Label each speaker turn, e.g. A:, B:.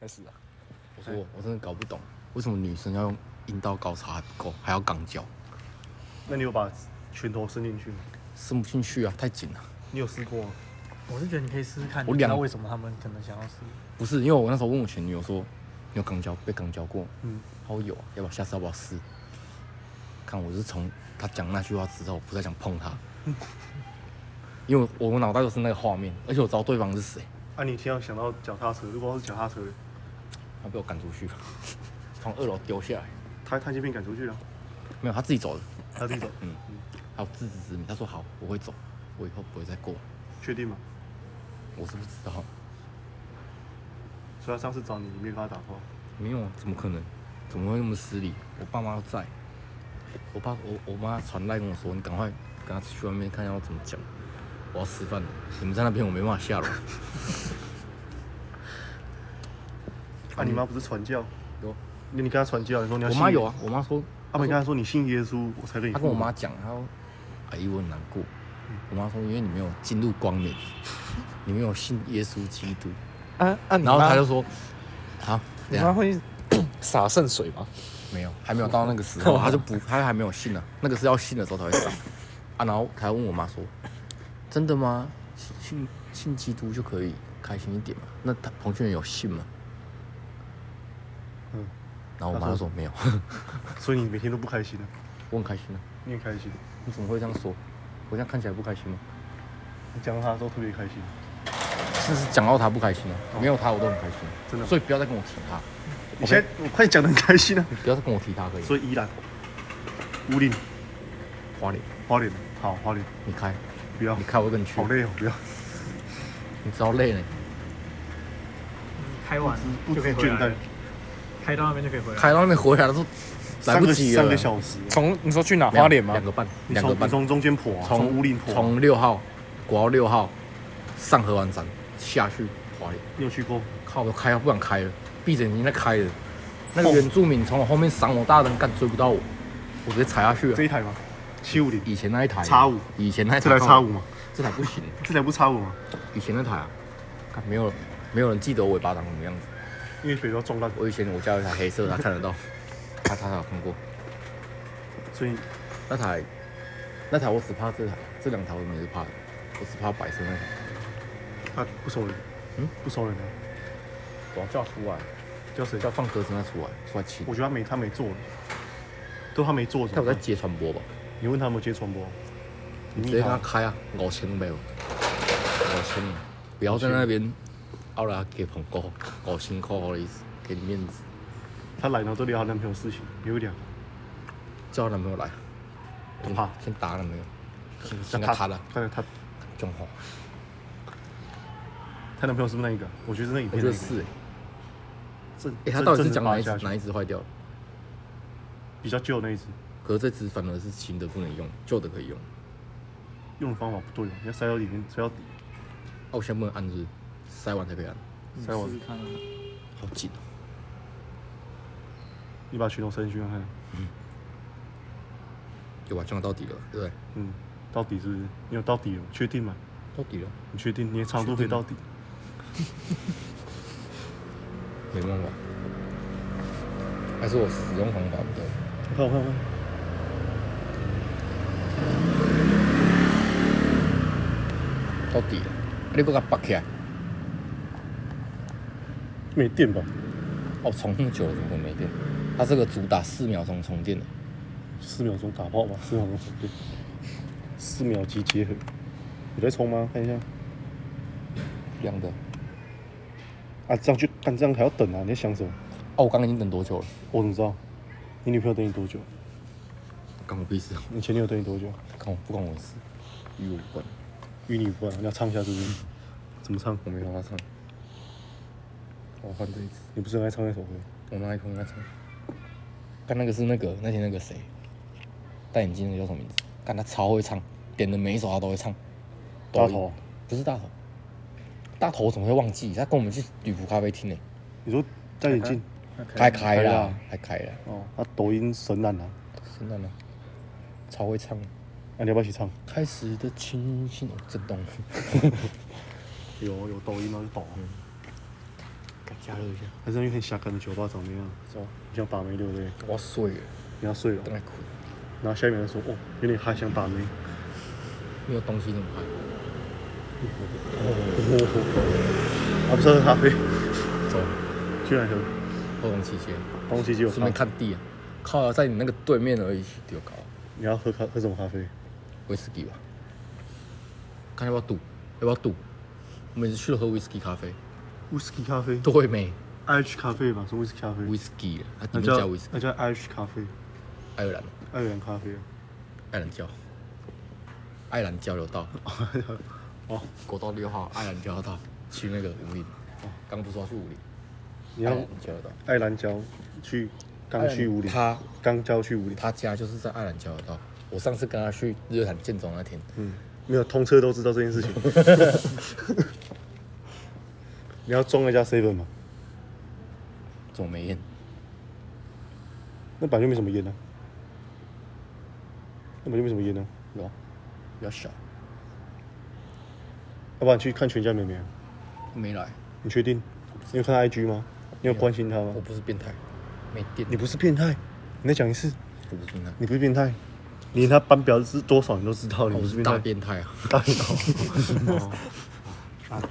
A: 开始啊！
B: 我说我我真的搞不懂，为什么女生要用阴道高潮还不够，还要肛交？
C: 那你有把拳头伸进去吗？
B: 伸不进去啊，太紧了。
C: 你有试过吗？
A: 我是觉得你可以试试看，
B: 我
A: 你知道
B: 两
A: 为什么他们可能想要试？
B: 不是，因为我那时候问我前女友说，你有肛交被肛交过？
C: 嗯，
B: 她说有啊，要不要下次要不要试？看我是从她讲那句话之后，不再想碰她，因为我我脑袋都是那个画面，而且我知道对方是谁，
C: 啊，你听到想到脚踏车，如果要是脚踏车，
B: 她被我赶出去 了，从二楼丢下来，
C: 他他已经被赶出去了，
B: 没有，她自己走的，
C: 他自己走，嗯
B: 还有自知之明，她说好，我会走，我以后不会再过，
C: 确定吗？
B: 我是不知道，
C: 所以他上次找你，你没跟他打炮，
B: 没有，啊，怎么可能？怎么会那么失礼？我爸妈都在，我爸我我妈传来跟我说，你赶快跟他去外面看一下我怎么讲，我要吃饭了，你们在那边我没办法下楼。
C: 啊，你妈不是传教？
B: 有，
C: 你你跟他传教，你说你要
B: 我
C: 信
B: 妈有啊，我妈说，
C: 他们跟他说你信耶稣，我才跟你。
B: 她跟我妈，讲，她说，阿姨我很难过，我妈说因为你没有进入光明，你没有信耶稣基督，
A: 啊啊！
B: 然后她就说，啊，
A: 你
B: 等下
A: 妈会洒圣水吗？
B: 没有，还没有到那个时候，他就不，他还没有信呢、那个是要信的时候才会上啊。然后他还问我妈说：“真的吗？信信信基督就可以开心一点嘛？”那他彭俊仁有信吗？
C: 嗯，
B: 然后我妈就说没有，
C: 所以你每天都不开心啊，
B: 我很开心啊。
C: 你很开心，
B: 你怎么会这样说？我这样看起来不开心吗？
C: 你讲到他的时候特别开心，
B: 是是讲到他不开心啊，没有他我都很开心，
C: 哦真的
B: 所以不要再跟我提他，
C: 你现在我快讲的很开心啊。
B: 不要再跟我提他可以。
C: 所以依然，乌林，
B: 花脸，
C: 花莲，好，花莲，
B: 你开，
C: 不要
B: 你，开我跟你去
C: 好，累哦，不要，
B: 你知道累了，
D: 开完
C: 不
D: 就
C: 知
D: 可以回
C: 倦
D: 来
C: 怠
D: 了，，开到那边就可以回来了。
B: 开到那边回来的时候来
C: 三
B: 不
C: 个
B: 及了，
C: 三个小时啊，
A: 从你说去哪
B: 没有
A: 花莲吗
B: 两？个半，
C: 你
B: 两个
C: 从
B: 半
C: 你。从中间破啊，从
B: 从
C: 乌林破啊，
B: 从六号国道六号上河湾站下去滑脸，
C: 你有去过？
B: 靠，我开啊不敢开了，闭着眼睛在开了。那
C: 哦
B: 个原住民从我后面闪我大灯，干追不到我，我直接踩下去
C: 这
B: 了。
C: 一台吗？七五零，
B: 以前那一台啊嗯
C: X5
B: 以前那一台
C: 这台叉
B: 干
C: 五
B: 嘛，
C: 吗？
B: 这台不行，
C: 这台不叉五吗？
B: 以前那台啊，看没有没有人记得我尾巴长什么样子。
C: 因为腿都要撞烂，
B: 我以前我家有一台黑色的，他看得到， 他他他有看过
C: 所以
B: 那台，那台我只怕这台，这两台我没得怕的，我只怕白色那台，
C: 他不收人，
B: 嗯，
C: 不收人啊，
B: 我要叫出来，
C: 叫谁
B: 要？放鸽子那出来出来亲
C: 我。觉得他没他没做，都他没做，
B: 他有在接传播吧？
C: 你问他有没有接传播？
B: 直
C: 你
B: 接
C: 密
B: 跟
C: 他，
B: 他开啊，五千没有，五千，不要在那边奥拉给捧高，五千块的意思，给你面子，
C: 他来了都聊她男朋友的事情，你会聊？
B: 叫她男朋友来，
C: 不怕，
B: 先打男朋友，先先给他塌了，
C: 他他
B: 中好，
C: 她男朋友是不是那一个？我觉得是那影
B: 我
C: 片
B: 觉
C: 那
B: 得
C: 一
B: 是
C: 个，
B: 欸，
C: 这
B: 哎，他
C: 这
B: 到底
C: 这
B: 是讲哪一
C: 这
B: 只
C: 扒下去
B: 哪一只坏掉了？
C: 比较旧的那一只，
B: 可是这只反而是新的不能用，旧的可以用。
C: 用的方法不对，啊你要塞到里面，塞到底，
B: 啊，我现在不能按是，塞完才可以按，
D: 你
C: 塞我
D: 试试看啊，
B: 好紧哦。
C: 你把拳头伸进去看看，
B: 有吧，这样到底了，对不对？
C: 嗯，到底是不是？你有到底了？确定吗？
B: 到底了，
C: 你确定？你的长度可以到底？
B: 没办法，还是我使用方法不对。
C: 我看我看我看，
B: 到底了，啊你不给它拔起来？
C: 没电吧？
B: 哦，充那么久了，怎么会没电？它这个主打四秒钟充电的，
C: 四秒钟打爆吧，四秒钟闪电，四秒级结合。有在冲吗？看一下。
B: 亮的。
C: 啊，这样就干，这样还要等啊？你在想什么？
B: 哦，我刚刚已经等多久了？
C: 我怎么知道？你女朋友等你多久？
B: 关我屁事，
C: 你前女友等你多久？
B: 看我不关我的事，与我无关。
C: 与你无关。你要唱一下是不是？怎么唱？
B: 我没让他唱，我换这一次，
C: 你不是很爱唱那首歌？
B: 我那一通他唱。看那个是那个那天那个谁，戴眼镜的叫什么名字？看他超会唱，点的每一首他都会唱。
C: 大
B: 抖音
C: 头啊，
B: 不是大头，大头我怎么会忘记？他跟我们去旅途咖啡厅呢、
C: 你说戴眼镜
D: 那可以
B: 还开啊
C: 开
B: 啦
C: 啦，
B: 还开啦，
C: 哦，他抖音神男啊，
B: 真的吗？超会唱。
C: 啊，你要不要一起唱？
B: 开始的清 醒，哦，震动。
C: 有有抖音吗？就抖啊。
B: 干加热一下。
C: 还是那天下干的酒吧长那样，是吧？你想把妹对不对？
B: 我要睡了，
C: 你要睡了，
B: 等来困，
C: 然后下一秒就说哦，有点嗨，想把妹。
B: 没有东西怎么办？
C: 嗯哦啊，不是喝咖啡，
B: 走，
C: 居然喝，
B: 后宫期间，
C: 东西就有
B: 顺
C: 咖啡。
B: 便看地啊，靠，在你那个对面而已，丢高
C: 你要喝咖喝什么咖啡？
B: 威士忌吧，看要不要赌，要不要赌？我每次去都喝威士忌咖啡，
C: whisky 咖啡
B: 对没
C: ，IH 咖啡吧，是 whisky 咖啡
B: 威，士忌了，它
C: 那
B: 里面加
C: 叫
B: 威士忌，
C: 那叫 IH 咖啡，
B: 爱尔兰，
C: 爱尔兰咖啡啊。
B: 爱尔兰教，爱尔兰交流道，
C: 哦，
B: 国道六号爱尔兰交流道，去那个五岭，刚不是说去五
C: 哦
B: 岭，
C: 你
B: 爱
C: 要
B: 尔兰交流道，
C: 爱兰礁去刚去五里，
B: 哎他
C: 刚郊去五里，
B: 他家就是在爱尔兰交流道，我上次跟他去日坛建中那天，
C: 嗯，没有通车都知道这件事情。 你要装一家 seven 嘛？
B: 怎么没验？
C: 那本来就没什么烟啊，那本来就没什么烟啊，
B: 有，比较小，
C: 要不然你去看全家妹妹啊，
B: 没来，
C: 你确定？你有看她 IG 吗？你有关心她吗
B: 我？不是变态，没电，
C: 你不是变态，你再讲一次，
B: 我不是变态，
C: 你不是变态，你连她班表哦是多少你都知道，你
B: 我
C: 不是变
B: 是大
C: 态，
B: 变态啊！
C: 大变态。
A: 啊，